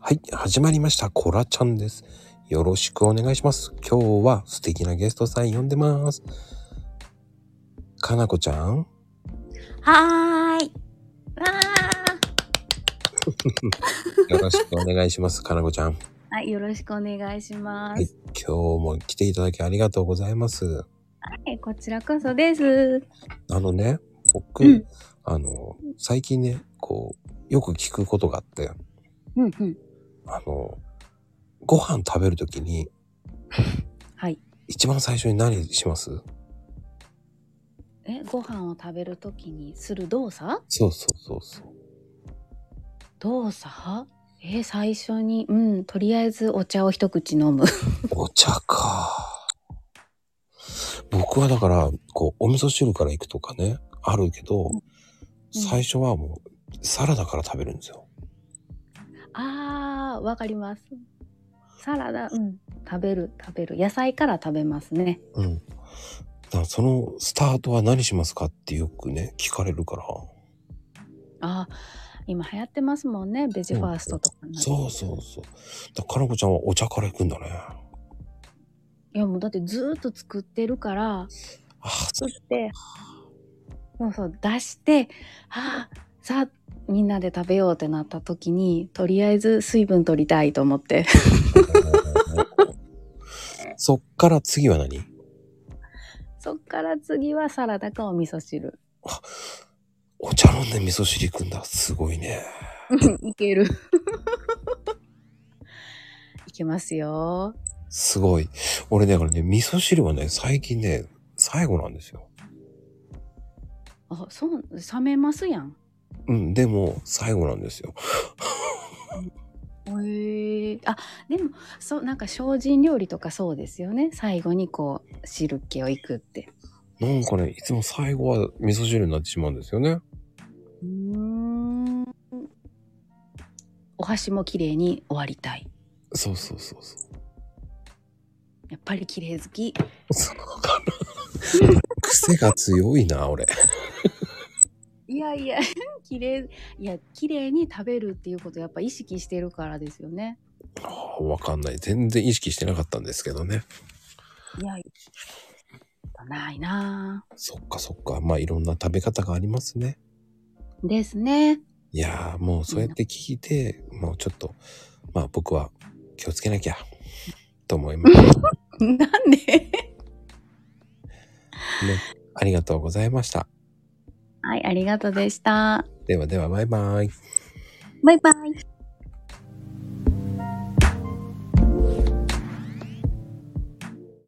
はい、始まりました。コラちゃんです。よろしくお願いします。今日は素敵なゲストさん呼んでます。かなこちゃんはーい。わよろしくお願いします。 かなこちゃん。ー。はい、よろしくお願いしまはいす。、今日も来ていただきありがとうございます。はい、こちらこそです。あのね、僕、うんあの、最近ね、こう、よく聞くことがあって、うんうん。あの、ご飯食べるときに はい。一番最初に何しますえ、ご飯を食べるときにする動作そうそうそうそう。動作え、最初に、うん、とりあえずお茶を一口飲む。お茶か。僕はだから、こう、お味噌汁から行くとかね、あるけど、最初はもう、サラダから食べるんですよ。 あー、わかります。サラダ、うん、食べる、食べる。野菜から食べますね。うん。だからそのスタートは何しますかってよくね、聞かれるから。あー、今流行ってますもんね。ベジファーストとかね。そうそうそう。だから、かなこちゃんはお茶から行くんだね。いや、もうだってずーっと作ってるから、ああ、作って、そうそう、出して、ああ、さあ、みんなで食べようってなった時に、とりあえず水分取りたいと思って。 そっから次は何そっから次はサラダかお味噌汁。 お茶飲んで味噌汁行くんだ。すごいね。いける。 いけますよ。すごい。俺ねだからね、味噌汁はね、最近ね、最後なんですよ。あ、そう、冷めますやん。うん、でも、最後なんですよ。へえあでもそうなんか精進料理とかそうですよね最後にこう汁気をいくってなんかね、いつも最後は味噌汁になってしまうんですよね。うーんお箸も綺麗に終わりたいそうそうそうそう。 やっぱり綺麗好きそうかな癖が強いな、俺。いやいや 綺麗いや綺麗に食べるっていうことやっぱ意識してるからですよねあーわかんない。全然意識してなかったんですけどね。いやないなそっかそっか。まあ、いろんな食べ方がありますね。ぁですね いやー、もうそうやって聞いて、もうちょっと、まあ僕は気をつけなきゃ、と思います。ね、なんで ありがとうございました。はいありがとうでしたではでは、バイバイ。バイバイ